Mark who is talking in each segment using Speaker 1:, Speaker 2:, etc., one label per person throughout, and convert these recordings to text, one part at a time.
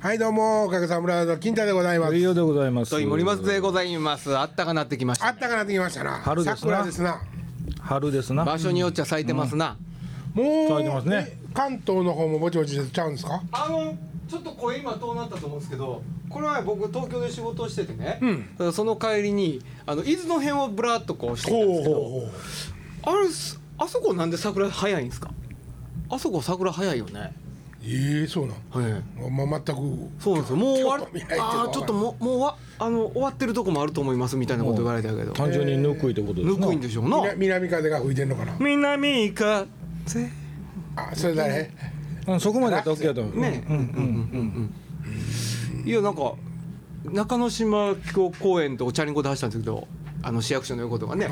Speaker 1: はいどうもおかげさまの金太でございます
Speaker 2: 水曜でございます。
Speaker 3: と森松でございます。あったかなってきまし
Speaker 1: あ
Speaker 3: た。
Speaker 1: ったかなってきましたな
Speaker 2: 春ですな
Speaker 1: 桜ですな
Speaker 2: 春ですな。
Speaker 3: 場所によっちゃ咲いてますな。
Speaker 1: もう
Speaker 2: 咲いてますね
Speaker 1: 関東の方もぼちぼちちゃうんですか
Speaker 3: あのちょっと声今どうなったと思うんですけど、これは僕東京で仕事をしててね、その帰りにあの伊豆の辺をぶらっとこうしてたんですけど、
Speaker 1: ほう
Speaker 3: あれすあそこなんで桜早いんですか。あそこ桜早いよね。
Speaker 1: ええそうなん
Speaker 3: はい。
Speaker 1: まあ全く
Speaker 3: そうなんですよ。もう終わる
Speaker 1: 今日見ないけ。ど
Speaker 3: ああちょっともうもうわあの終わってるとこもあると思いますみたいなこと言われたけど、
Speaker 2: 単純にぬくいってことです
Speaker 3: ぬ
Speaker 2: な。
Speaker 3: くいんでしょうな
Speaker 1: みな。南風が吹いてんのかな
Speaker 3: 南風
Speaker 1: あそれ誰
Speaker 2: うんそこまでやったら OK だと思う。
Speaker 3: ねうんうんうんうんいやなんか中之島公園とお茶にこで走ったんですけどあの市役所の横とかね、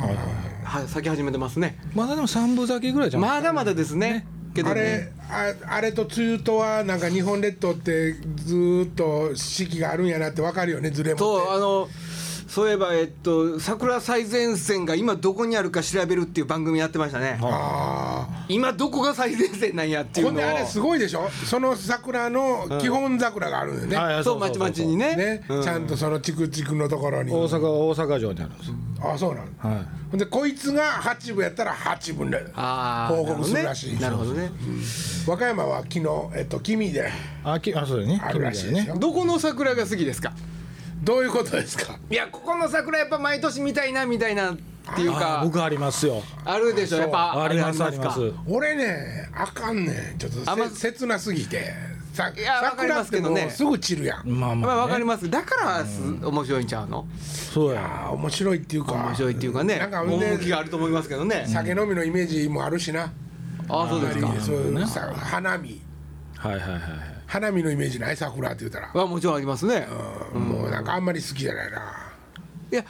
Speaker 3: はい咲き始めてますね
Speaker 2: まだでも三分咲きぐらいじゃん。
Speaker 3: まだまだですねけど
Speaker 1: あれ
Speaker 3: ね
Speaker 1: ああれと梅雨とはなんか日本列島ってずーっと四季があるんやなってわかるよねずれも
Speaker 3: そう
Speaker 1: っ
Speaker 3: あのそういえばえっと桜最前線が今どこにあるか調べるっていう番組やってましたね、
Speaker 1: てあ
Speaker 3: 今どこが最前線なんやってい
Speaker 1: あほ
Speaker 3: うんの
Speaker 1: であれす
Speaker 3: を
Speaker 1: ごいでしょその桜の基本桜があるんだよね、
Speaker 2: はいはい
Speaker 3: そうまちまちに。ね
Speaker 1: ね、ちゃんとそのチクチクのところに
Speaker 2: 大阪は大阪城にあるんです。
Speaker 1: あそうなん、
Speaker 2: は
Speaker 1: ほんでこいつが八部やったら八分で
Speaker 3: ああ
Speaker 1: 報告するらしい
Speaker 3: なるほどね
Speaker 1: 和歌山は昨日えっと君で
Speaker 2: あきあそうだよね。
Speaker 1: あるらしい
Speaker 2: 君
Speaker 1: で
Speaker 2: だ
Speaker 1: すよ、
Speaker 2: よね。
Speaker 3: どこの桜が好きですか
Speaker 1: どういうことですか
Speaker 3: いやここの桜やっぱ毎年見たいなみたいなっていう
Speaker 2: あ
Speaker 3: か
Speaker 2: 僕ありますよ。
Speaker 3: あるでしょやっぱ
Speaker 2: ありますあ
Speaker 3: れ
Speaker 2: ります。
Speaker 3: か
Speaker 1: 俺ねあかんねんちょっとせ
Speaker 3: あま
Speaker 1: 切なすぎてさ
Speaker 3: いやわかり
Speaker 1: 桜
Speaker 3: ま
Speaker 1: っ
Speaker 3: す
Speaker 1: て
Speaker 3: け
Speaker 1: も
Speaker 3: どね
Speaker 1: うすぐ散るやん、
Speaker 2: ま
Speaker 3: まあ
Speaker 2: あまあ
Speaker 3: わか
Speaker 2: ね。
Speaker 3: りますだからす面白いんちゃうの
Speaker 2: そうや。
Speaker 1: あー面白いっていうか
Speaker 3: 面白いっていうかね
Speaker 1: なんかほんで
Speaker 3: 趣があると思いますけどね
Speaker 1: 酒飲みのイメージもあるしな、
Speaker 3: ああそうですか
Speaker 1: そういうさ花見
Speaker 2: はいはいはい。
Speaker 1: 花見のイメージない桜って言ったら、
Speaker 3: はもちろんありますね
Speaker 1: うんもうなんかあんまり好きじゃないない
Speaker 3: や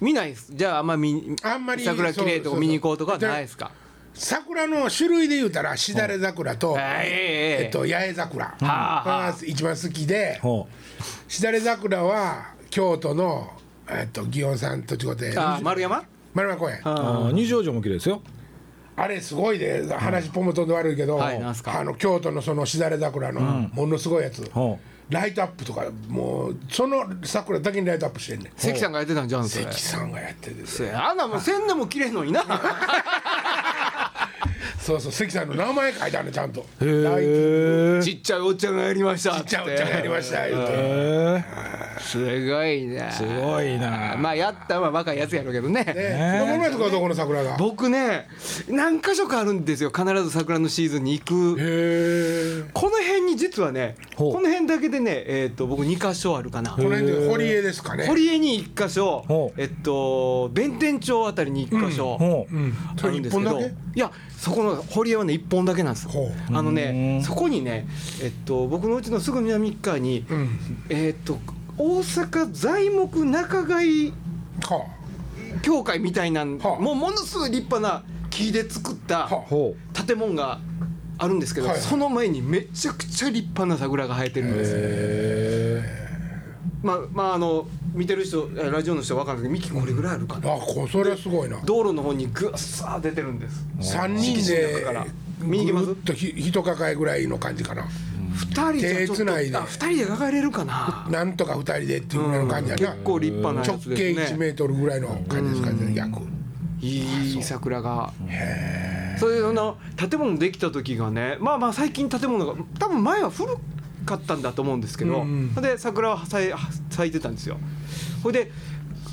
Speaker 3: 見ないですじゃああんま見
Speaker 1: あんまり
Speaker 3: 桜綺麗と
Speaker 1: そうそうそ
Speaker 3: か
Speaker 1: う
Speaker 3: 見に行こうとかはないですか
Speaker 1: 桜の種類で言うたらしだれ桜と、
Speaker 3: はい
Speaker 1: えっと八重桜が一番好きで、
Speaker 2: ほ
Speaker 1: しだれ桜は京都のえっと祇園さんとちこで
Speaker 3: あー丸山
Speaker 1: 丸山公園
Speaker 2: う。あー二条城も綺麗ですよ。
Speaker 1: あれすごいで話ポンポン飛んで悪いけど、
Speaker 3: はいなんすか
Speaker 1: あの京都のそのしだれ桜のものすごいやつ、
Speaker 2: ほ
Speaker 1: ライトアップとかもうその桜だけにライトアップしてんねん
Speaker 3: 関さんがやってたんじゃうんそれ
Speaker 1: 関さんがやってて
Speaker 3: せやあんなもう線でも綺麗のにな
Speaker 1: そうそう関さんの名前書いてあるねちゃんと
Speaker 2: う。へえ。
Speaker 3: ちっちゃいおっちゃんがやりました
Speaker 1: ちっちゃいおっちゃんがやりました言うて
Speaker 2: へ
Speaker 3: すごいねす
Speaker 2: ごいな
Speaker 3: まあやったんは若いやつやろうけどね
Speaker 1: ね野々村とかはどこの桜が
Speaker 3: 僕ね何箇所かあるんですよ必ず桜のシーズンに行く
Speaker 1: へえ
Speaker 3: この辺に実はね
Speaker 2: ほ
Speaker 3: こ
Speaker 2: う
Speaker 3: の辺だけでねえっ、と僕2箇所あるかな
Speaker 1: この辺で堀江ですかね
Speaker 3: 堀江に1箇所
Speaker 2: ほう
Speaker 3: えっと弁天町あたりに1箇所、
Speaker 2: ほう。
Speaker 3: あるんですけ
Speaker 1: そ
Speaker 3: ど
Speaker 1: れ一本だ
Speaker 3: い
Speaker 1: け
Speaker 3: やそこの堀江はね1本だけなんです
Speaker 1: ほう
Speaker 3: あのね
Speaker 2: うん
Speaker 3: そこにねえっと僕のうちのすぐ南側に、
Speaker 1: うん
Speaker 3: えっと大阪材木仲買
Speaker 1: は
Speaker 3: 教会みたいなん、
Speaker 1: はあ
Speaker 3: もうものすごい立派な木で作った
Speaker 1: は
Speaker 2: ほ
Speaker 3: 建物があるんですけど、
Speaker 1: はいはい
Speaker 3: その前にめちゃくちゃ立派な桜が生えてるんです、まあまああの見てる人えーラジオの人は分かるんないけど幹これぐらいあるか
Speaker 1: あ
Speaker 3: な、
Speaker 1: あこそれはすごいな
Speaker 3: 道路の方にぐっさー出てるんです
Speaker 1: 三人
Speaker 3: 敷地の中
Speaker 1: で
Speaker 3: から見に行きます
Speaker 1: ぐるっとひ人抱えぐらいの感じかな
Speaker 3: 2人じゃちょっ
Speaker 1: 手
Speaker 3: とあ
Speaker 1: 繋いで
Speaker 3: 2人で抱えれるかな、
Speaker 1: なんとか二人でっていうぐらいの感じや
Speaker 3: 結
Speaker 1: な
Speaker 3: 構立派なや
Speaker 1: 直
Speaker 3: つ
Speaker 1: 径
Speaker 3: です
Speaker 1: 1
Speaker 3: ね
Speaker 1: メートルぐらいの感じですかね逆
Speaker 3: いい桜がそれでその建物できた時がねまあまあ最近建物が多分前は古かったんだと思うんですけど、
Speaker 1: うん
Speaker 3: で桜は咲い咲いてたんですよほいで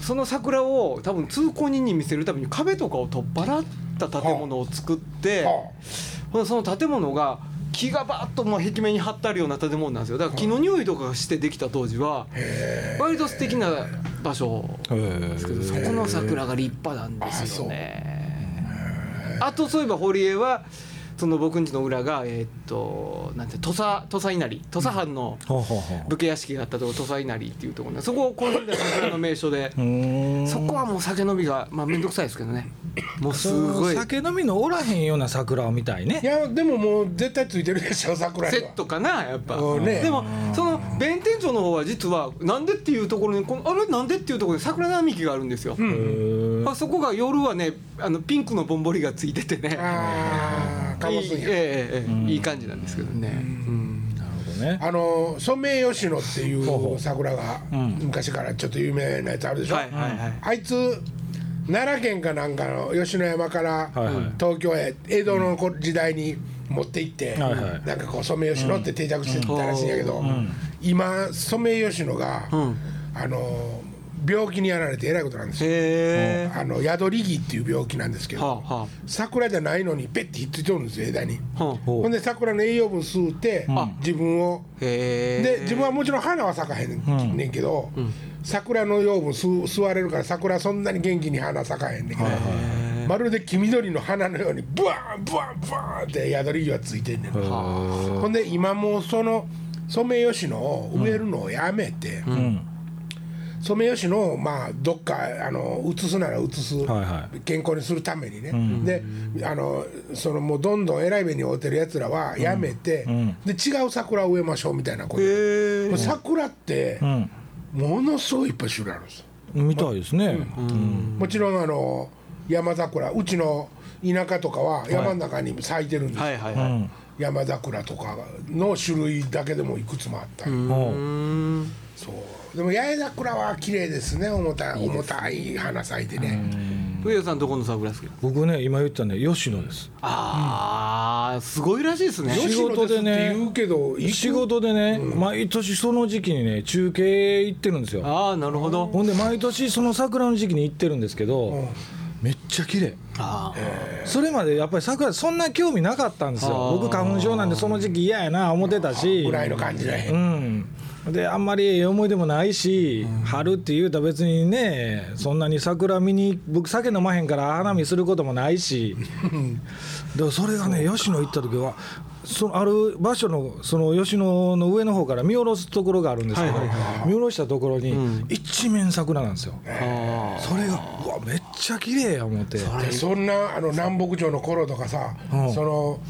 Speaker 3: その桜を多分通行人に見せるために壁とかを取っ払った建物を作って、
Speaker 1: は
Speaker 3: ほんでその建物が木がバーッともう壁面に張ってあるような建物なんですよだから木の匂いとかがしてできた当時は割と素敵な場所
Speaker 2: う。へえ。
Speaker 3: ですけどそこの桜が立派なんですよね。あとそういえば堀江はその僕んちの裏がえーっとなんて土佐土佐稲荷土佐藩の
Speaker 2: ほうほうほう。
Speaker 3: 武家屋敷があったところ土佐稲荷っていうところねそこをこの辺で桜の名所で
Speaker 2: うーん
Speaker 3: そこはもう酒飲みがまあ面倒くさいですけどねもうすごいセ
Speaker 2: 酒飲みのおらへんような桜を見たい
Speaker 1: い
Speaker 2: ね
Speaker 1: やでももう絶対ついてるでしょ桜には
Speaker 3: ットかなやっぱ。
Speaker 1: うんね
Speaker 3: でもその弁天町の方は実はなんでっていうところにこのあれなんでっていうところに桜並木があるんですよ。
Speaker 2: へー
Speaker 3: あそこが夜はねあのピンクのぼんぼりがついててね。
Speaker 1: あかぼすん
Speaker 3: いい
Speaker 1: や
Speaker 3: ええええええいい感じなんですけどね、うん
Speaker 2: なるほどね
Speaker 1: あのソメイヨシノってい
Speaker 2: ほうほ
Speaker 1: う
Speaker 2: う
Speaker 1: 桜が
Speaker 2: うん
Speaker 1: 昔からちょっと有名なやつあるでしょ、
Speaker 3: はいはいはい、
Speaker 1: あいつ奈良県かなんかの吉野山から
Speaker 2: はいはい
Speaker 1: 東京へ江戸のこ時代に持って行って、
Speaker 2: はいはい
Speaker 1: なんかこうソメイヨシノって定着してたらしいんやけど、今ソメイヨシノが、
Speaker 3: うん
Speaker 1: あの病気にやられてえらいことなんですよ。
Speaker 3: へ
Speaker 1: あのヤドリギっていう病気なんですけ
Speaker 3: え
Speaker 1: ど、
Speaker 3: はあは
Speaker 1: 桜じゃないのにペッてひっついておるんですよ枝に。
Speaker 3: あはあ
Speaker 2: ほう
Speaker 1: ほんで桜の栄養分吸うて、自分を
Speaker 3: へえ
Speaker 1: で自分はもちろん花は咲かへんねんけど、桜の養分吸う吸われるから桜そんなに元気に花咲かへんねんけど、まるで黄緑の花のようにブワーンブワーンブワーンって宿り木はついてんねん、ほんで今もうそのソメイヨシノを植えるのをやめて、
Speaker 2: うん
Speaker 1: ソメイヨシノをまあどっかあの移すなら移す、
Speaker 2: はいは
Speaker 1: 健康にするためにね、であのそのもうどんどん偉い目に遭うてるやつらはやめて、で違う桜を植えましょうみたいなこと、
Speaker 3: へえ
Speaker 1: 桜って
Speaker 2: うん
Speaker 1: ものすごいいっぱい種類あるんですよ
Speaker 2: みたいですねうん
Speaker 1: もちろんあの山桜うちの田舎とかは山の中に咲いてるんですよ、
Speaker 3: はいはいうはい
Speaker 2: ん
Speaker 1: 山桜とかの種類だけでもいくつもあったり、
Speaker 2: ほ
Speaker 3: う
Speaker 2: うん
Speaker 1: そうでも八重桜は綺麗ですね重たい重たい花咲いてね、
Speaker 3: 上田さんどこの桜好きなの
Speaker 2: 僕ね今言ったね吉野です
Speaker 3: ああすごいらしいですね
Speaker 2: よし仕事でね
Speaker 1: 仕事ですって言うけど行く
Speaker 2: 仕事でね毎年その時期にね中継行ってるんですよ
Speaker 3: ああなるほど
Speaker 2: ほんで毎年その桜の時期に行ってるんですけどめっちゃ綺麗
Speaker 3: あー
Speaker 2: それまでやっぱり桜そんな興味なかったんです
Speaker 3: あ
Speaker 2: よ
Speaker 3: ー
Speaker 2: 僕花粉症なんでその時期嫌やな思ってたし
Speaker 1: ぐらいの感じだ
Speaker 2: う
Speaker 1: よ、
Speaker 2: んであんまりええ思い出もないし、春っていうたら別にねそんなに桜見に僕酒飲まへんから花見することもないしだからそれがね吉野行った時はそのある場所のその吉野の上の方から見下ろすところがあるんですけど、
Speaker 3: はいはい
Speaker 2: 見下ろしたところに、
Speaker 3: うん
Speaker 2: 一面桜なんですよ
Speaker 3: あ
Speaker 2: それがうわめっちゃ綺麗や思って
Speaker 1: でそんなあの南北朝の頃とかさ、
Speaker 2: うん
Speaker 1: その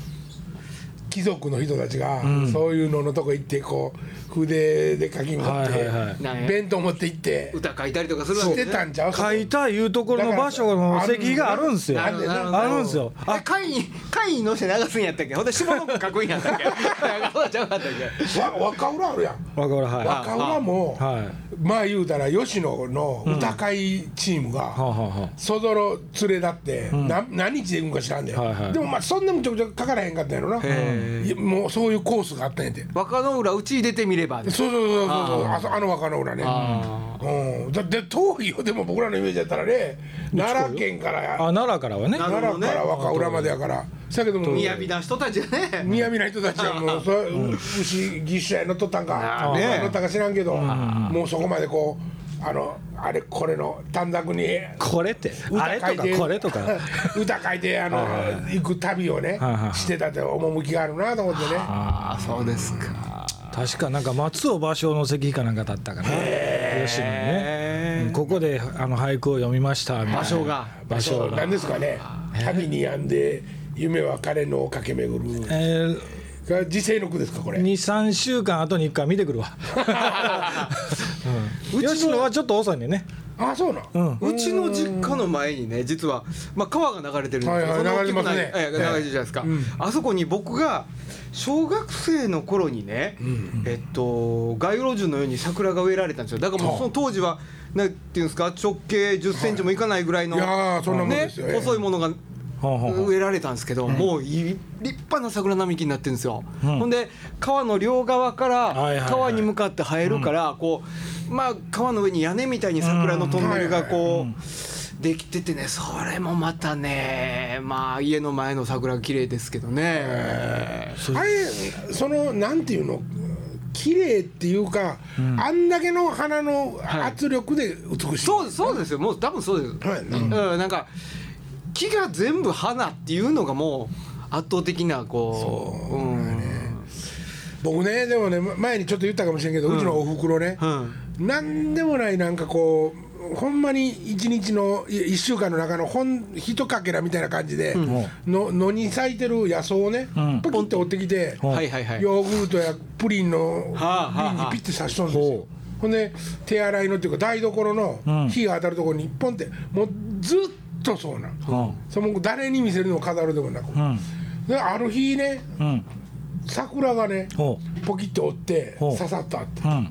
Speaker 1: 貴族の人たちが、そういうののとこ行ってこう筆で書き持って、
Speaker 2: はいはいはい
Speaker 3: ーなんや
Speaker 1: 弁当持って行って
Speaker 3: 歌書いたりとかするわ
Speaker 1: し
Speaker 3: け
Speaker 1: てたんちゃうそこ
Speaker 2: 書いたいうところの場所の石碑があるんですよ
Speaker 1: な
Speaker 2: あ
Speaker 1: るほ
Speaker 2: る
Speaker 1: どなるほ
Speaker 3: ど
Speaker 2: んですよ
Speaker 3: あ会員会員のして流すんやったっけほんで下の子かっこいいんやった っけ流さちゃうかったっけ
Speaker 1: わ若浦あるやん
Speaker 2: わかるはい
Speaker 1: 若浦も、
Speaker 2: はい
Speaker 1: まあ言うたら吉野の歌会チームが、
Speaker 2: はあ、はあはあ
Speaker 1: そぞろ連れだって、な何日で行くんか知らんねん、
Speaker 2: はいはい
Speaker 1: でもまあそんなむちゃくちゃかからへんかったんやろな、
Speaker 3: へ
Speaker 1: いやもうそういうコースがあったんやて
Speaker 3: 若の裏うち出てみればね
Speaker 1: そうそうそうそうそうあそあの若の裏ね
Speaker 3: あ
Speaker 1: うん、だって遠いよでも僕らのイメージだったらね奈良県から
Speaker 2: あ
Speaker 1: や
Speaker 2: 奈良からはね
Speaker 3: なる
Speaker 1: 奈
Speaker 3: ほど
Speaker 1: 良
Speaker 3: ね
Speaker 1: から若浦までやからだけども
Speaker 3: 雅な人たちがね
Speaker 1: 雅な人たちはもうそれ牛牛車に乗っとったんか
Speaker 3: あーね
Speaker 1: 馬に乗ったんか知らんけどもうそこまでこうあのあれこれの短冊に
Speaker 2: これってあれ
Speaker 1: 歌書
Speaker 2: と
Speaker 1: い
Speaker 2: か
Speaker 1: て
Speaker 2: これとか
Speaker 1: 歌書いてあの行く旅をね
Speaker 2: はいはい
Speaker 1: してたって趣があるなと思ってね
Speaker 3: ああそうですか
Speaker 2: 確かなんか松尾芭蕉の石碑かなんかだったかな吉野にねうんここであの俳句を読みましたみたいな
Speaker 3: 場所が
Speaker 2: 場所が
Speaker 1: 何ですかね旅に病んで夢は彼のを駆け巡る
Speaker 2: えー
Speaker 1: が時世の句ですかこれ
Speaker 2: 23週間後に1回見てくるわうん吉野はちょっと遅いねんね
Speaker 1: あそうな
Speaker 2: うん
Speaker 3: うちの実家の前にね実は、まあ、川が流れてるんですけど、
Speaker 1: はいはい
Speaker 3: そんな大きくない
Speaker 1: 流れてますね
Speaker 3: ええ流れてるじゃないですか、あそこに僕が小学生の頃にね、えっと街路樹のように桜が植えられたんですよだからもうその当時はなんていうんですか直径1 0センチもいかないぐらいの、
Speaker 1: いやーそんなもんですよ
Speaker 3: ね、細いものが
Speaker 2: ほんほんほん
Speaker 3: 植えられたんですけど、もうい立派な桜並木になってるんですよ、
Speaker 2: ん
Speaker 3: ほんで川の両側か
Speaker 2: はいはい
Speaker 3: ら
Speaker 2: はい
Speaker 3: 川に向かって生えるから、こうまあ川の上に屋根みたいに桜のトンネルがこうできててねそれもまたねまあ家の前の桜が綺麗ですけどね
Speaker 1: あれそのなんていうの綺麗っていうか、あんだけの花の
Speaker 3: い
Speaker 1: 圧力で美しい、
Speaker 3: そうですそうですよもう多分そうです、
Speaker 1: はい
Speaker 3: うん、なんか木が全部花っていうのがもう圧倒的なこううん
Speaker 1: 僕ねでもねま前にちょっと言ったかもしれんけど、うちのおふくろね、
Speaker 3: うん
Speaker 1: なんでもないなんかこうほんまに一日のい一週間の中のほん一かけらみたいな感じで、の野に咲いてる野草をね、
Speaker 2: ん
Speaker 1: ポキッと追ってきて、
Speaker 2: ん
Speaker 3: はいはいはい
Speaker 1: ヨーグルトやプリンの瓶に
Speaker 3: はあはあはあ
Speaker 1: ピッて刺しとるんですよ
Speaker 2: ほ。
Speaker 1: ほんで手洗いのっていうか台所の
Speaker 2: ん
Speaker 1: 火が当たるところにポンってもうずっとそうなん。
Speaker 2: うん
Speaker 1: その誰に見せるのを飾るでもなく、
Speaker 2: うん
Speaker 1: である日ね
Speaker 2: うん
Speaker 1: 桜がね
Speaker 2: ほ
Speaker 1: ポキッと折って
Speaker 2: ほ
Speaker 1: 刺
Speaker 2: う
Speaker 1: さったって
Speaker 2: ううん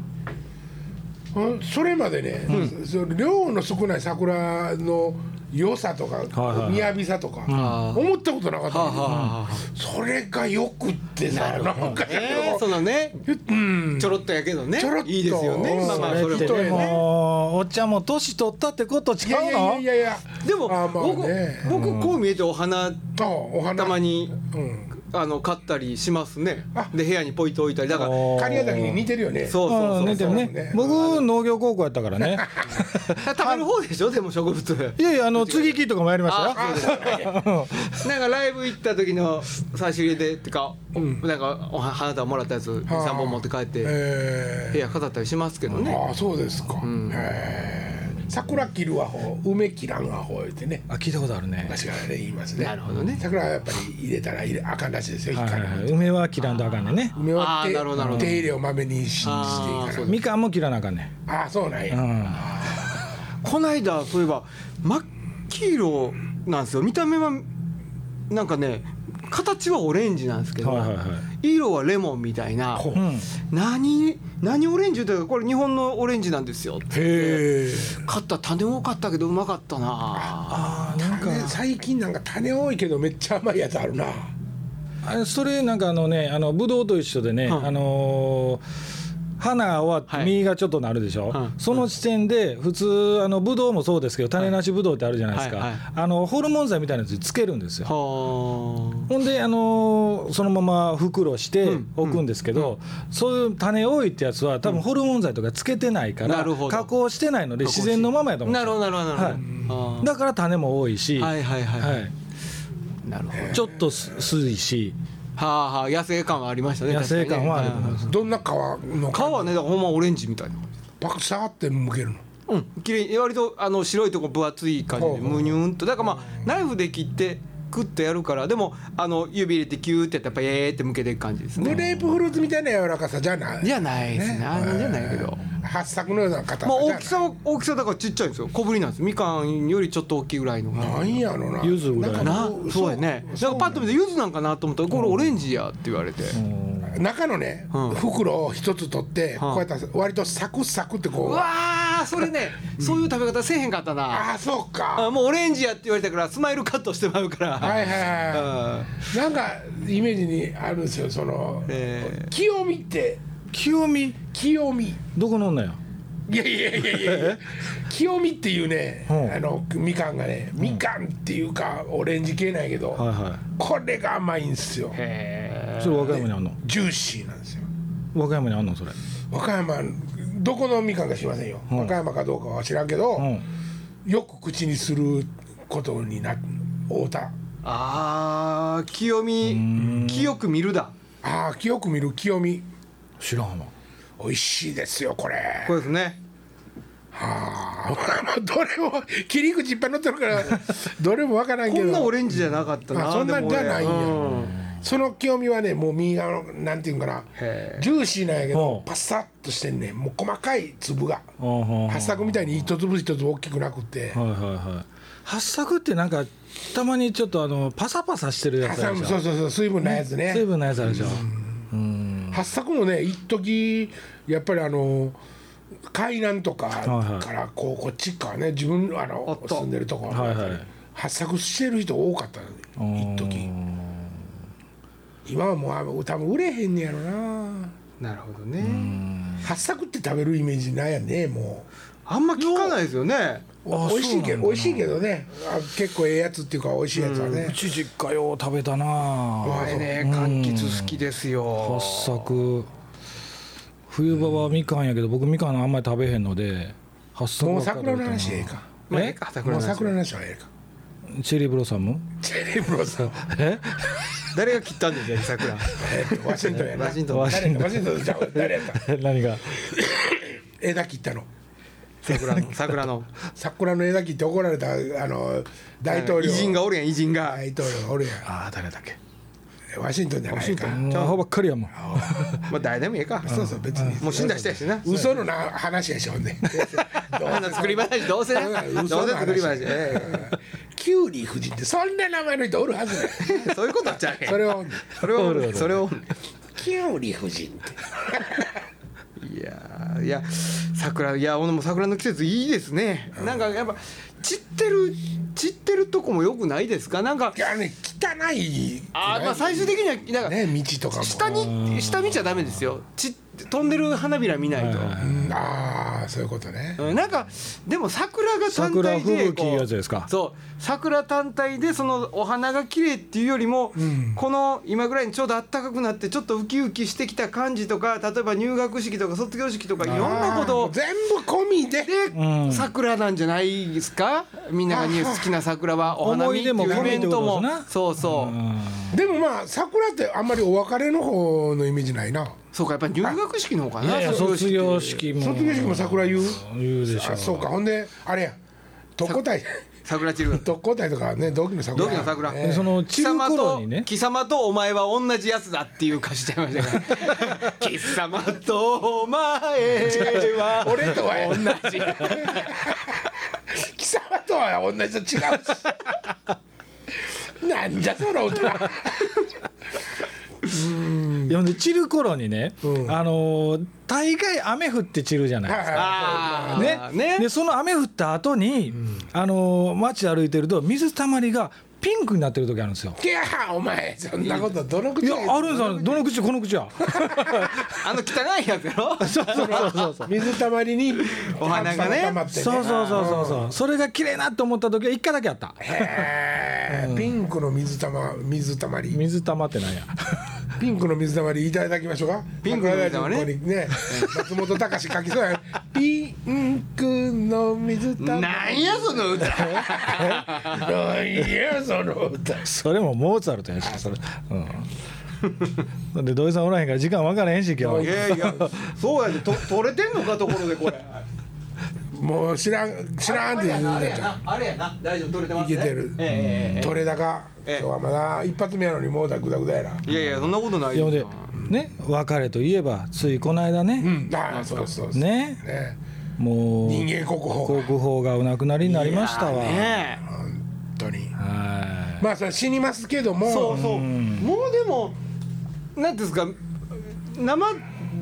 Speaker 1: うんそれまでね、その量の少ない桜の良さとか、
Speaker 2: はいはい
Speaker 1: 雅さとか、思ったことなかったんだけど、それがよくってさな,、んかやけ
Speaker 3: ね
Speaker 1: ど
Speaker 3: そのね
Speaker 1: うん
Speaker 3: ちょろっとやけどね
Speaker 1: ちょろっと
Speaker 3: いいですよね
Speaker 1: うん
Speaker 3: まあまあ
Speaker 2: そ
Speaker 3: そ
Speaker 2: れ
Speaker 3: れも
Speaker 2: って
Speaker 1: 人や
Speaker 2: で
Speaker 1: ね
Speaker 2: もおっちゃんも年取ったってこと違
Speaker 1: いやいうや
Speaker 2: の
Speaker 1: いやいや
Speaker 3: でも、
Speaker 1: あーまあ
Speaker 3: 僕
Speaker 1: ね
Speaker 3: 僕こう見えてお花
Speaker 1: あお花
Speaker 3: たまに
Speaker 1: うん
Speaker 3: あの買ったりしますね
Speaker 1: あ
Speaker 3: で部屋にポイと置いたりだからそう
Speaker 2: おー
Speaker 1: 刈谷崎に似てるよね
Speaker 3: そう
Speaker 2: う
Speaker 3: そ
Speaker 2: ん
Speaker 3: う
Speaker 2: 似
Speaker 3: そ
Speaker 2: てる
Speaker 3: う
Speaker 2: ね僕農業高校やったからね
Speaker 3: 食べる方でしょでも植物
Speaker 2: いやいやあの接ぎ木とかもやりましたよ
Speaker 3: あなんかライブ行った時の差し入れでってか、なんかお花束もらったやつ
Speaker 1: はあ
Speaker 3: 23本持って帰って
Speaker 1: え
Speaker 3: 部屋飾ったりしますけど
Speaker 1: ー
Speaker 3: ね
Speaker 1: ああそうですか、へー桜切るアホ梅切らんアホ言ってね
Speaker 2: あ聞いたことあるね
Speaker 1: 昔からね言いますね
Speaker 3: なるほどね
Speaker 1: 桜はやっぱり入れたら入れあかんらしいですよ
Speaker 2: はいはい
Speaker 1: 光
Speaker 2: はい梅は切らんとあかんねんね
Speaker 1: 梅は
Speaker 3: あーなるほどなるほ
Speaker 1: 手
Speaker 3: ど
Speaker 1: 手入れをまめにししていい
Speaker 3: あ
Speaker 1: か
Speaker 3: ーそうだ
Speaker 1: ら
Speaker 2: みかんも切らなあかんね
Speaker 1: ああそうなんや、
Speaker 2: んうん
Speaker 3: こないだそういえば真っ黄色なんですよ見た目はなんかね形はオレンジなんですけど、
Speaker 2: はいはいは
Speaker 3: 色はレモンみたいな
Speaker 1: ほう
Speaker 2: うん
Speaker 3: 何何オレンジというかこれ日本のオレンジなんですよ
Speaker 1: へえ
Speaker 3: 買った種多かったけどうまかったな
Speaker 2: あーなんか
Speaker 1: 最近なんか種多いけどめっちゃ甘いやつあるな
Speaker 2: あそれなんかあのねあのブドウと一緒でね、
Speaker 3: うん
Speaker 2: あのー花は
Speaker 3: はい
Speaker 2: 実がちょっとなるでしょ、
Speaker 3: うん
Speaker 2: その時点で普通あのブドウもそうですけど種なしブドウってあるじゃないですか、
Speaker 3: はいはい
Speaker 2: あのホルモン剤みたいなやつにつけるんですよ、
Speaker 3: はあ
Speaker 2: ほんで、あのーそのまま袋して
Speaker 3: うん
Speaker 2: 置くんですけど、そういう種多いってやつは多分ホルモン剤とかつけてないから、
Speaker 3: なるほど
Speaker 2: 加工してないので
Speaker 3: 加工し
Speaker 2: 自然のままやと思うんで
Speaker 3: な
Speaker 2: す
Speaker 3: るほ
Speaker 2: よ
Speaker 3: どなるほどなるほど
Speaker 2: だから種も多いし、
Speaker 3: あーはいはいはいはい、
Speaker 2: はい
Speaker 3: なるほど
Speaker 2: ちょっとす薄いし
Speaker 3: はあはあ野生感はありましたね
Speaker 2: 野生感はあると思いますす、
Speaker 1: どんな皮の
Speaker 3: 皮はねだからほんまオレンジみたいな
Speaker 1: パクサーって剥けるの
Speaker 3: うんきれい割とあの白いとこ分厚い感じ
Speaker 1: ほ
Speaker 3: で
Speaker 1: うほう
Speaker 3: むにゅーんとだからまあナイフで切ってクッとやるからでもあの指入れてキューってやったらやっぱえーって向けていく感じです
Speaker 1: グ
Speaker 3: ね
Speaker 1: レープフルーツみたいな柔らかさじゃない
Speaker 3: じゃないですねあのじゃないけど
Speaker 1: 発作のような硬さ
Speaker 3: まあ
Speaker 1: じゃない、
Speaker 3: 大きさは大きさだからちっちゃいんですよ小ぶりなんですみかんよりちょっと大きいぐらいの
Speaker 1: なんやろな
Speaker 2: 柚子ぐらい
Speaker 3: な
Speaker 1: も
Speaker 3: そうやねだ
Speaker 1: そ
Speaker 3: か
Speaker 1: う
Speaker 3: らパッと見て柚子なんかなと思ったらこれオレンジやって言われて
Speaker 1: 中のね、
Speaker 3: うん
Speaker 1: 袋を一つ取って、
Speaker 3: ん
Speaker 1: こうやったら割とサクサクってこ
Speaker 3: う
Speaker 1: う
Speaker 3: わーそれねそういう食べ方せえへんかったな
Speaker 1: ああそう
Speaker 3: あ
Speaker 1: か
Speaker 3: もうオレンジやって言われたからスマイルカットしてまうから、
Speaker 1: はいはいはい
Speaker 3: あ
Speaker 1: なんかイメージにあるんですよその、
Speaker 3: えー
Speaker 1: 清見って
Speaker 2: 清見
Speaker 1: 清見
Speaker 2: どこの女よ
Speaker 1: いやいやいやいやいや清見っていうね、
Speaker 2: うん
Speaker 1: あのみかんがねみかんっていうかオレンジ系なんやけど、
Speaker 2: はいは
Speaker 1: これが甘いんですよ
Speaker 3: へ
Speaker 2: いそれ和歌山にあんの
Speaker 1: ジューシーなんですよ
Speaker 2: 和歌山にあんのそれ
Speaker 1: 和歌山どこのみかんか知りませんよ、
Speaker 2: ん
Speaker 1: 和歌山かどうかは知らんけど、
Speaker 2: うん
Speaker 1: よく口にすることにな太田
Speaker 3: あー清見清く見るだ
Speaker 1: ああ清く見る清見
Speaker 2: 知らんわ
Speaker 1: 美味しいですよこれ
Speaker 3: これですね
Speaker 1: ああどれも切り口いっぱい乗ってる からどれもわからんけ
Speaker 3: こ
Speaker 1: ど
Speaker 3: んなオレンジじゃなかったな
Speaker 1: あそんな
Speaker 3: でも
Speaker 1: ん
Speaker 3: 俺
Speaker 1: じゃないんや
Speaker 3: うん
Speaker 1: その清見はねもう右側のなんていうんかな
Speaker 3: へ
Speaker 1: ジューシーなんやけ
Speaker 2: う
Speaker 1: ど
Speaker 2: ん
Speaker 1: パサッとしてんねもう細かい粒が
Speaker 2: うんうんうんはい
Speaker 1: 八作みたいに一粒一粒大きくなくって
Speaker 2: はいはい八作ってなんかたまにちょっとあのパサパサしてるや
Speaker 1: 八
Speaker 2: つある
Speaker 1: 作
Speaker 2: でし
Speaker 1: そ
Speaker 2: ょ
Speaker 1: うそうそう水分のやつ
Speaker 2: 水
Speaker 1: ね
Speaker 2: 分のやつあるでしょうん
Speaker 1: 八作もね一時やっぱりあの海南とか
Speaker 2: はい
Speaker 1: からこうこっちからね自分あの
Speaker 3: おっと
Speaker 1: 住んでるとこ
Speaker 2: はいはい
Speaker 1: 八作してる人多かったの一時今はもうあの多分売れへんねやろな
Speaker 3: なるほどね
Speaker 1: 八作って食べるイメージなんやねもう。
Speaker 3: あんま聞かないですよね
Speaker 2: あ
Speaker 1: 美味しいけ
Speaker 2: そうなん
Speaker 1: ど
Speaker 2: だ
Speaker 1: 美味しいけどねあ結構ええやつっていうか美味しいやつはね
Speaker 2: う、ち実家よう食べたな
Speaker 1: わ
Speaker 3: これね柑橘好きですよ
Speaker 2: 八作冬場はみかんやけど僕みかんあんまり食べへんので八作
Speaker 1: も
Speaker 2: ば
Speaker 1: う
Speaker 2: っかり
Speaker 1: 桜の話
Speaker 2: 食
Speaker 1: ええ
Speaker 2: べた
Speaker 1: か
Speaker 3: まあええか桜
Speaker 1: も
Speaker 3: の
Speaker 1: う
Speaker 3: 話
Speaker 1: 桜の話はええ か
Speaker 2: なチェリーブロッサム
Speaker 1: チェリーブロさん
Speaker 2: え
Speaker 3: 誰が切ったんですよ桜
Speaker 1: えっとワシントンやな
Speaker 3: ワシントン
Speaker 1: 誰やったワシントンじゃう誰や った
Speaker 2: 何が
Speaker 1: 枝切ったの
Speaker 3: 桜 の桜の
Speaker 1: 桜の枝切って怒られたあの大統領
Speaker 3: 偉人がおるやん偉人が
Speaker 1: 大統領おるや
Speaker 2: ああ誰だっけ
Speaker 1: んワシントンじゃないか
Speaker 2: もうアホばっかりやもん
Speaker 3: まあ誰でもいいか
Speaker 1: そうそう別に
Speaker 3: もう死んだ人やしな
Speaker 1: 嘘のな話やしほんでどうせ
Speaker 3: 花作り話どうせな
Speaker 1: うん
Speaker 3: どうせ作り話
Speaker 1: 嘘の
Speaker 3: ええ
Speaker 1: 話キュウリ夫人ってそんな名前の人おるはずない
Speaker 3: そういうことじゃねえ
Speaker 1: それはおんねん
Speaker 3: それをそれを
Speaker 1: キュウリ夫人って
Speaker 3: いやーいや桜いや俺も桜の季節いいですね、なんかやっぱ散ってる散ってるとこもよくないですかなんか
Speaker 1: いやね汚い
Speaker 3: あーまあ最終的にはなんか、
Speaker 1: ね道とかも
Speaker 3: 下に下見ちゃダメですよち飛んでる花びら見ないと、
Speaker 1: うんああそういうことね
Speaker 3: うんなんかでも桜が単体
Speaker 2: 桜
Speaker 3: で
Speaker 2: 吹雪いうやつですか
Speaker 3: そう桜単体でそのお花が綺麗っていうよりも、この今ぐらいにちょうど暖かくなってちょっとウキウキしてきた感じとか例えば入学式とか卒業式とかいろんなこと
Speaker 1: あ
Speaker 3: を
Speaker 1: ー全部込みで
Speaker 3: で桜なんじゃないですかみんながニュース好きな桜はお花見っていう
Speaker 2: 思い出も
Speaker 3: イ
Speaker 2: 込み
Speaker 3: ベ
Speaker 2: っ
Speaker 3: ン
Speaker 2: てこと
Speaker 3: ト
Speaker 2: です
Speaker 3: も
Speaker 2: な
Speaker 3: そうそう、
Speaker 1: でもまあ桜ってあんまりお別れの方のイメージないな
Speaker 3: そうかやっぱり入学式の方か
Speaker 2: い
Speaker 3: な
Speaker 2: やいや卒業式も
Speaker 1: 卒業式も桜言う
Speaker 2: 言うでしょ
Speaker 1: あそうかほんであれや特攻隊
Speaker 3: 桜散る
Speaker 1: 特攻隊とかね同期の桜
Speaker 3: 同期の桜
Speaker 1: ね
Speaker 2: その
Speaker 3: 貴
Speaker 2: 散る
Speaker 3: 様
Speaker 2: 頃
Speaker 3: と
Speaker 2: にね
Speaker 3: 貴様とお前は同じやつだっていう歌詞ちゃいましたから貴様とお前は
Speaker 1: 俺とは
Speaker 3: 同じ
Speaker 1: 貴様とは同じと違うしなんじゃその歌
Speaker 2: ほんで散る頃にね、あのー大概雨降って散るじゃないですか。
Speaker 3: あー
Speaker 2: ねでその雨降った後に、あのー街歩いてると水たまりがピンクになってる時あるんですよ。
Speaker 1: いやお前そんなことどの
Speaker 2: い
Speaker 1: 口
Speaker 2: や
Speaker 1: が
Speaker 2: あるんですよどの口この口 や。
Speaker 3: あの汚いやつやろ
Speaker 1: 水たまりに
Speaker 3: お花がね
Speaker 1: 葉っぱ溜まってね
Speaker 2: そうそうそうそうそう。それが綺麗なと思った時は一回だけあった。
Speaker 1: へーピンクの水たま水たまり
Speaker 2: 水たまって なんや。
Speaker 1: ピンクの水たまりいただきましょうか
Speaker 3: ピンクの水溜り
Speaker 1: 桜井大臣のとこに ね松本隆書きそうやピンクの水たまり
Speaker 3: なんやその歌
Speaker 1: なんやその歌
Speaker 2: それもモーツァルトやし。それ。 うん。で土井さんおらへんから時間分からへんし今
Speaker 3: い
Speaker 2: 日。
Speaker 3: やいやそうやでと取れてんのかところでこれ
Speaker 1: もう知らん知らんって言う
Speaker 3: あ
Speaker 1: ん
Speaker 3: れ
Speaker 1: だ
Speaker 3: や
Speaker 1: じゃ
Speaker 3: なあれやな大丈夫取れてます
Speaker 1: いけてる
Speaker 3: えええええ
Speaker 1: ん
Speaker 3: え
Speaker 1: 取れ高今
Speaker 3: え
Speaker 1: 日はまだ一発目やのにもうだグダグダやない
Speaker 3: やいやそんなことない
Speaker 2: いや
Speaker 3: よ
Speaker 2: ほんでね別れといえばついこの間
Speaker 1: う
Speaker 2: ね、
Speaker 1: んああそうそうそう
Speaker 2: ね
Speaker 1: ね
Speaker 2: もう
Speaker 1: 人間国宝が
Speaker 2: 国宝がお亡くなりになりましたわ。
Speaker 3: ねえ
Speaker 1: 本当に
Speaker 2: は
Speaker 1: まあそれは死にますけども
Speaker 3: そうそうもうでもなんていうんですか生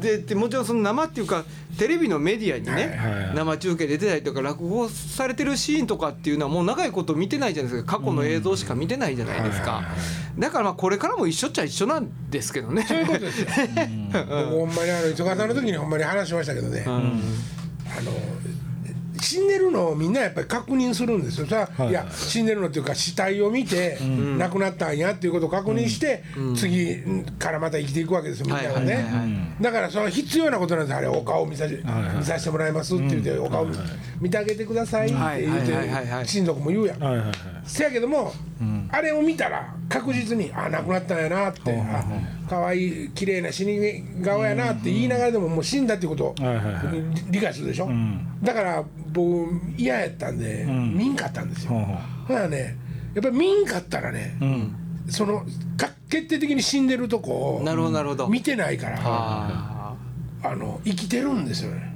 Speaker 3: でってもちろんその生っていうかテレビのメディアにね、
Speaker 2: はいはい
Speaker 3: 生中継出てたりとか落語されてるシーンとかっていうのはもう長いこと見てないじゃないですか過去の映像しか見てないじゃないですか、だからまあこれからも一緒っちゃ一緒なんですけどねそういうことですよ、
Speaker 1: 僕ほんまにあの磯川さんの時にほんまに話しましたけどね、あの死んでるのをみんなやっぱり確認するんですよ、さ
Speaker 2: はい
Speaker 1: いや死んでるのっていうか死体を見て、亡くなったんやっていうことを確認して、次からまた生きていくわけですよみんなが
Speaker 3: はいはい
Speaker 1: ね
Speaker 3: はいはい
Speaker 1: だからその必要なことなんですあれお顔見させ,、見させてもらいますって言って、お顔見てあげてくださいって言って、
Speaker 3: はいはいはいはい
Speaker 1: 親族も言うやん、
Speaker 2: いはいはい。
Speaker 1: せやけども、あれを見たら確実にあ亡くなったんやなって、あ可愛い綺麗な死に顔やなって言いながらでももう死んだっていうことを
Speaker 2: はいはいはい
Speaker 1: 理理解するでしょ、だから僕嫌やったんで、見んかったんですよ、
Speaker 2: ほうほう
Speaker 1: だからねやっぱり見んかったらね、そのか決定的に死んでるとこ
Speaker 3: なるほどなるほど
Speaker 1: を見てないから
Speaker 3: あ
Speaker 1: あの生きてるんですよね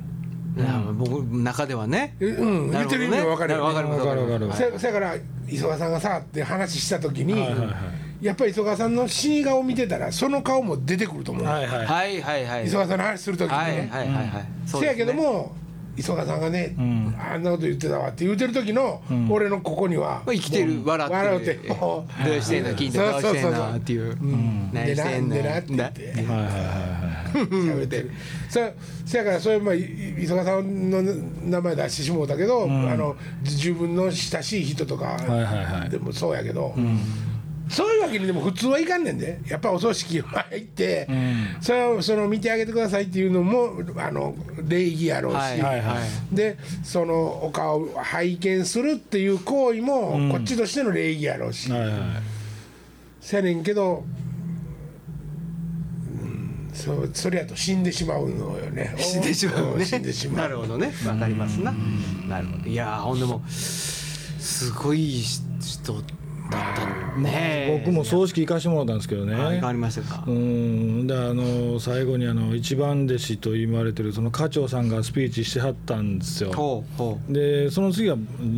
Speaker 3: あ、なるほど僕の中ではね
Speaker 1: えうん、
Speaker 3: な
Speaker 1: 言
Speaker 3: るほどね
Speaker 1: ってる意味が分かるよね
Speaker 3: わかるわかるわかる
Speaker 2: わ
Speaker 1: せせやから磯川さんがさって話した時に、
Speaker 2: はいは
Speaker 1: やっぱり磯川さんの死に顔見てたらその顔も出てくると思う、
Speaker 2: はいはい。
Speaker 3: はいはいはい
Speaker 1: 磯川さんの話する時にね、
Speaker 3: はいはいはいはいそうで
Speaker 1: せや
Speaker 3: すね
Speaker 1: けども磯川さんがね、あんなこと言ってたわって言ってる時の、俺のここには、
Speaker 3: まあ生きてる
Speaker 1: もう
Speaker 3: 笑って
Speaker 1: 笑うて
Speaker 3: ど
Speaker 1: ほほ
Speaker 3: うしてんの金
Speaker 1: そう
Speaker 3: どう
Speaker 1: そう
Speaker 3: し
Speaker 1: そ
Speaker 3: てん
Speaker 1: うそう
Speaker 3: のっていう何
Speaker 1: で
Speaker 3: し
Speaker 1: な
Speaker 3: て
Speaker 1: ん
Speaker 3: んの
Speaker 1: でなって言って
Speaker 2: はいはいはいはい。
Speaker 1: 喋ってるそせやからそれまあい磯川さんの名前出してしもうたけど、あの自分の親しい人とか、
Speaker 2: いはいはい
Speaker 1: でもそうやけど、そういうわけにでも普通はいかんねんでやっぱお葬式は入って、それをその見てあげてくださいっていうのもあの礼儀やろうし、
Speaker 3: はいはい
Speaker 2: は
Speaker 1: でそのお顔を拝見するっていう行為も、こっちとしての礼儀やろうし、
Speaker 2: はいはい。
Speaker 1: せやねんけど、うん、そそれやと死んでしまうのよね
Speaker 3: 死んでしまうね
Speaker 1: ん死んでしまう
Speaker 3: なるほどねわかりますななるほどいやーほんでもすごい人だったねえ
Speaker 2: 僕も葬式行かしてもらったんですけどね、
Speaker 3: あ変わりましたか、
Speaker 2: うんであの最後にあの一番弟子と言われてるその課長さんがスピーチしてはったんですよ
Speaker 3: ほうほう
Speaker 2: でその次は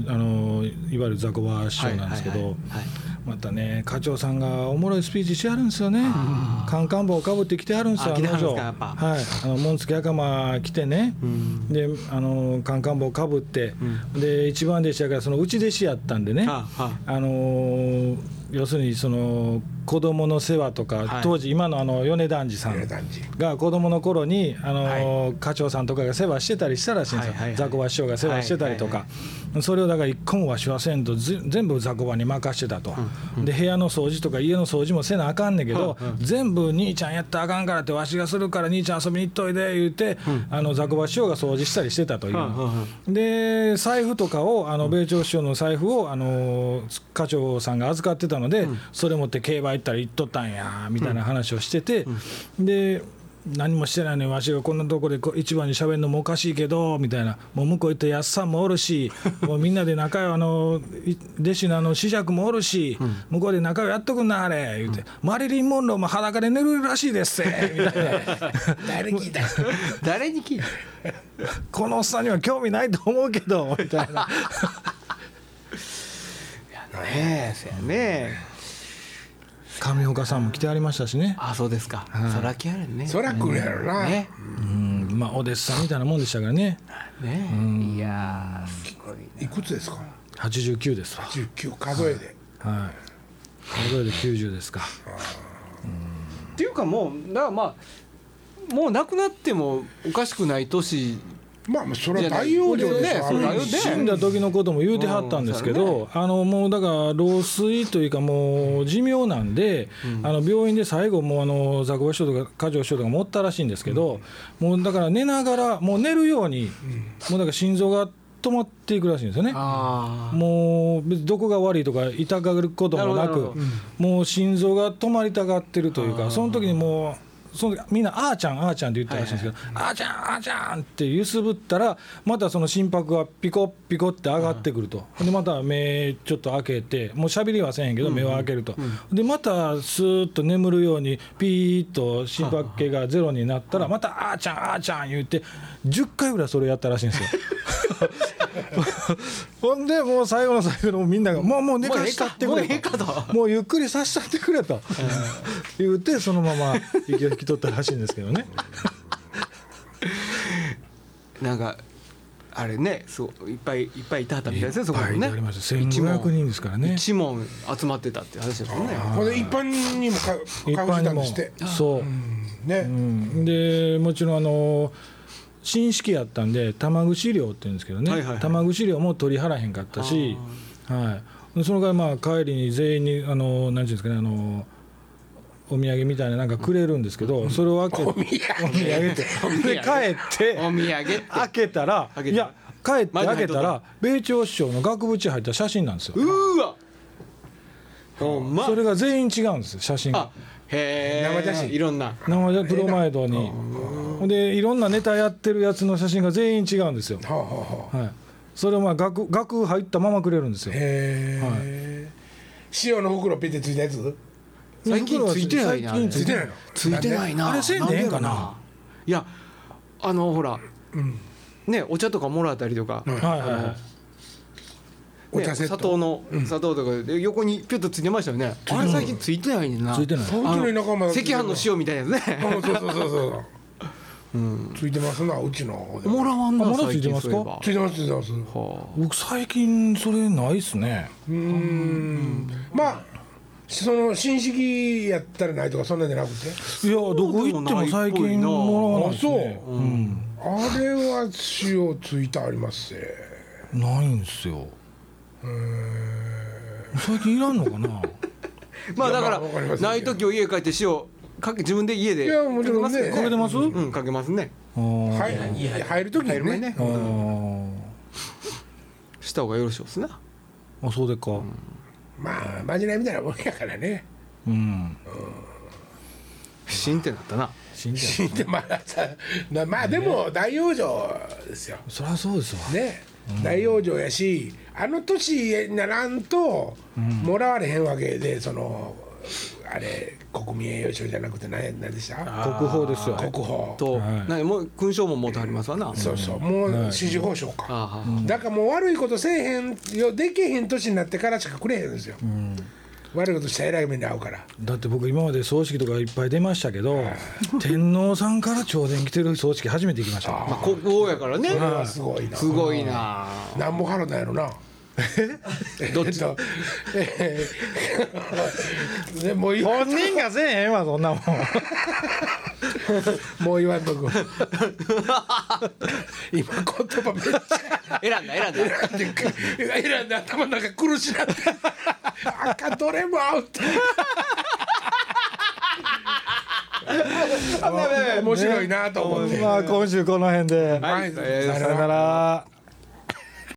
Speaker 2: あのいわゆるザコバ師匠なんですけど、
Speaker 3: はいはいはいはい
Speaker 2: またね課長さんがおもろいスピーチしてはるんですよねカンカン帽をかぶって来てはるんですよ
Speaker 3: あ来てはるんですか
Speaker 2: あの
Speaker 3: やっ
Speaker 2: 女はいあの紋付赤間来てね、
Speaker 3: ん
Speaker 2: であのカンカン帽をかぶって、で一番弟子やからそのうち弟子やったんでね
Speaker 3: はあは
Speaker 2: あのー要するにその子供の世話とか、
Speaker 3: はい
Speaker 2: 当時今のあの米團次さん
Speaker 1: 米團次
Speaker 2: が子供の頃にあのー、課長さんとかが世話してたりしたらしいんですよ、
Speaker 3: はいはいはい
Speaker 2: 雑魚場師匠が世話してたりとか、
Speaker 3: はい
Speaker 2: それをだから一個もわしはせんとず全部雑魚場に任してたと、で部屋の掃除とか家の掃除もせなあかんねんけど、全部兄ちゃんやったらあかんからってわしがするから兄ちゃん遊びに行っといで言うて、あの雑魚場師匠が掃除したりしてたという。
Speaker 3: うんうんうん
Speaker 2: で財布とかをあの米朝首相の財布をあの課長さんが預かってたので、それ持って競馬行ったら行っとったんやみたいな話をしてて、で何もしてないのにわしがこんなとこでこう一番に喋るのもおかしいけどみたいなもう向こう行ってやっさんもおる しもうみんなで仲良いあのい弟子のあの子爵もおるし、向こうで仲良いやっとくんなあれ言うて、マリリン・モンローも裸で寝るらしいですってみたいな。
Speaker 1: 誰聞いた
Speaker 3: 誰に聞いた
Speaker 2: このおっさんには興味ないと思うけどみたいな
Speaker 3: ねえそやね
Speaker 2: 上岡さんも来てありましたしね、
Speaker 3: あそうですか、そらきあるね
Speaker 1: そら来るやろな、
Speaker 3: ね
Speaker 2: うん、まあお弟子さんみたいなもんでしたからね
Speaker 3: ねえ、いやーすごい
Speaker 1: いくつですか
Speaker 2: 89ですわ
Speaker 1: 19数えで
Speaker 2: はい数えで90ですか
Speaker 3: っていうかもうだからまあもうなくなってもおかしくない年
Speaker 1: まあまあそれは大養生でしょ
Speaker 3: そうだよね
Speaker 1: あ
Speaker 2: 死んだ時のことも言うてはったんですけど、あのもうだから老衰というかもう寿命なんで、あの病院で最後もうあの雑魚場所とか家事をしようとか持ったらしいんですけど、もうだから寝ながらもう寝るように、もうだから心臓が止まっていくらしいんですよね。
Speaker 3: あ
Speaker 2: もう別にどこが悪いとか痛がることも
Speaker 3: な
Speaker 2: な
Speaker 3: るほど
Speaker 2: く
Speaker 3: なる
Speaker 2: もう心臓が止まりたがってるというかその時にもうその時みんな「あーちゃんあーちゃん」って言ったらしいんですけど「あーちゃんあーちゃん」って揺すぶったらまたその心拍がピコピコって上がってくるとでまた目ちょっと開けてもうしゃべりはせんけど目を開けるとでまたスーッと眠るようにピーッと心拍計がゼロになったらまた「あーちゃんあーちゃん」言って10回ぐらいそれやったらしいんですよ。 ほんでもう最後の最後のみんなが「もうもう寝かしたってく
Speaker 3: もう
Speaker 2: れ」
Speaker 3: ええかもうええか
Speaker 2: もうゆっくりさしたってくれ」と言ってそのまま息を引き取ったらしいんですけどね
Speaker 3: あなんかあれねそういっぱいいっぱいいたはったみたいですねそこもね
Speaker 2: いっぱいいました1500人ですからね
Speaker 3: 一問集まってたって話ですもんね
Speaker 1: これ一般にもか
Speaker 2: 一
Speaker 1: かぶ
Speaker 2: 般
Speaker 1: せ
Speaker 2: に
Speaker 1: たんで
Speaker 2: も
Speaker 1: して
Speaker 2: そう、
Speaker 1: ね、
Speaker 2: うんでもちろんあの新式やったんで玉串料って言うんですけどね、
Speaker 3: はいはいはい
Speaker 2: 玉串料も取り払えへんかったし、はい、でその代わりまあ帰りに全員にあのなんていうんですかねあのお土産みたいななんかくれるんですけど、それを開けて、
Speaker 1: お土産
Speaker 2: お土産ってで帰って
Speaker 3: お土産って
Speaker 2: 開けたら
Speaker 3: 開けて
Speaker 2: いや帰って
Speaker 3: 前に入っ
Speaker 2: 開け
Speaker 3: とった
Speaker 2: たら米朝首相の額縁入った写真なんですよ
Speaker 3: うーわほんま
Speaker 2: それが全員違うんですよ写真が
Speaker 3: あへえ
Speaker 1: 生写真
Speaker 3: いろんな
Speaker 2: 生でプロマイドにでいろんなネタやってるやつの写真が全員違うんですよ
Speaker 1: はあはあはあ
Speaker 2: はいそれをまあ額額入ったままくれるんですよ
Speaker 1: へえ、塩の袋ペテついたやつ
Speaker 3: 最近ついてないな
Speaker 2: 最近
Speaker 1: ついてないの
Speaker 3: ついてないな
Speaker 2: あれせんでええんかなん
Speaker 3: でやろいやあのほらねお茶とかもらったりとか
Speaker 1: うん
Speaker 2: はいはいはい
Speaker 1: お
Speaker 3: ね
Speaker 1: 茶セッ
Speaker 3: 砂
Speaker 1: ト
Speaker 3: 糖の砂糖とかで横にピュッとついてましたよねあれ最近ついてないねんな
Speaker 2: ついてない
Speaker 3: あの
Speaker 1: うちの田舎まだついて
Speaker 3: 赤
Speaker 1: ない
Speaker 3: 飯の塩みたいなやつ ね
Speaker 1: うんそうそうそうそうそうついてますなうちの方で
Speaker 3: もらわんな
Speaker 2: あまだ
Speaker 3: 最近
Speaker 2: ついてます
Speaker 3: そ
Speaker 2: か
Speaker 3: ういえば
Speaker 1: ついてますついてますう
Speaker 3: は
Speaker 2: 僕最近それないっすね
Speaker 1: ーんまあその親戚やったらないとかそんなんじゃなくて
Speaker 2: いやどこ行っても最近もらわないです
Speaker 1: あ
Speaker 2: ね
Speaker 1: そうあれは塩ついてありますね
Speaker 2: ないんですよ最近いらんのか な
Speaker 3: あまあだか
Speaker 1: いやまあわかりま
Speaker 3: ら
Speaker 1: すよ
Speaker 3: ない時を家帰って塩かけ自分で家で
Speaker 1: いやもちろんね
Speaker 3: かけます
Speaker 1: かけて
Speaker 2: ます
Speaker 3: うんかけますね
Speaker 2: は
Speaker 1: はい入る時
Speaker 3: 入る前
Speaker 1: に
Speaker 3: ね
Speaker 1: ね
Speaker 3: した方がよろしいですな
Speaker 2: あそうでか
Speaker 1: まあまじないみたいなもんやからね
Speaker 2: うん
Speaker 3: シーンってなったな
Speaker 2: 死んじゃ
Speaker 1: 死んでまあさなまあでも大養生ですよ
Speaker 2: うそりゃそうですわ
Speaker 1: ね大養生やしあの年にならんともらわれへんわけでそのあれ国民栄誉賞じゃなくて何や何でした
Speaker 2: 国宝ですよ
Speaker 1: 国宝
Speaker 3: と、
Speaker 2: はい
Speaker 3: なんかもう勲章も持ってありますわな。
Speaker 1: そうそうもう指示報奨
Speaker 3: あ
Speaker 1: か
Speaker 3: は
Speaker 1: だからもう悪いことせえへんよできへん年になってからしかくれへんんですよ悪いことしたらえらい目に遭うから
Speaker 2: だって僕今まで葬式とかいっぱい出ましたけど天皇さんから朝殿来てる葬式初めて行きました
Speaker 3: まあ国王やからね。
Speaker 1: それはすごいな
Speaker 3: すごいな。
Speaker 1: なんぼ払うんやろな。
Speaker 3: どっち
Speaker 1: えとえーでもう言わ
Speaker 2: 本
Speaker 1: ん
Speaker 2: 人がせえへんわそんなもん
Speaker 1: もう言わんとく 今言葉めっちゃ
Speaker 3: 選んだ選んだ。
Speaker 1: 選んで選んで頭の中苦しなって赤どれも合うって面白いなと思って、
Speaker 2: まあ今週この辺で、
Speaker 1: はい
Speaker 3: はい
Speaker 1: さよなら
Speaker 2: さよなら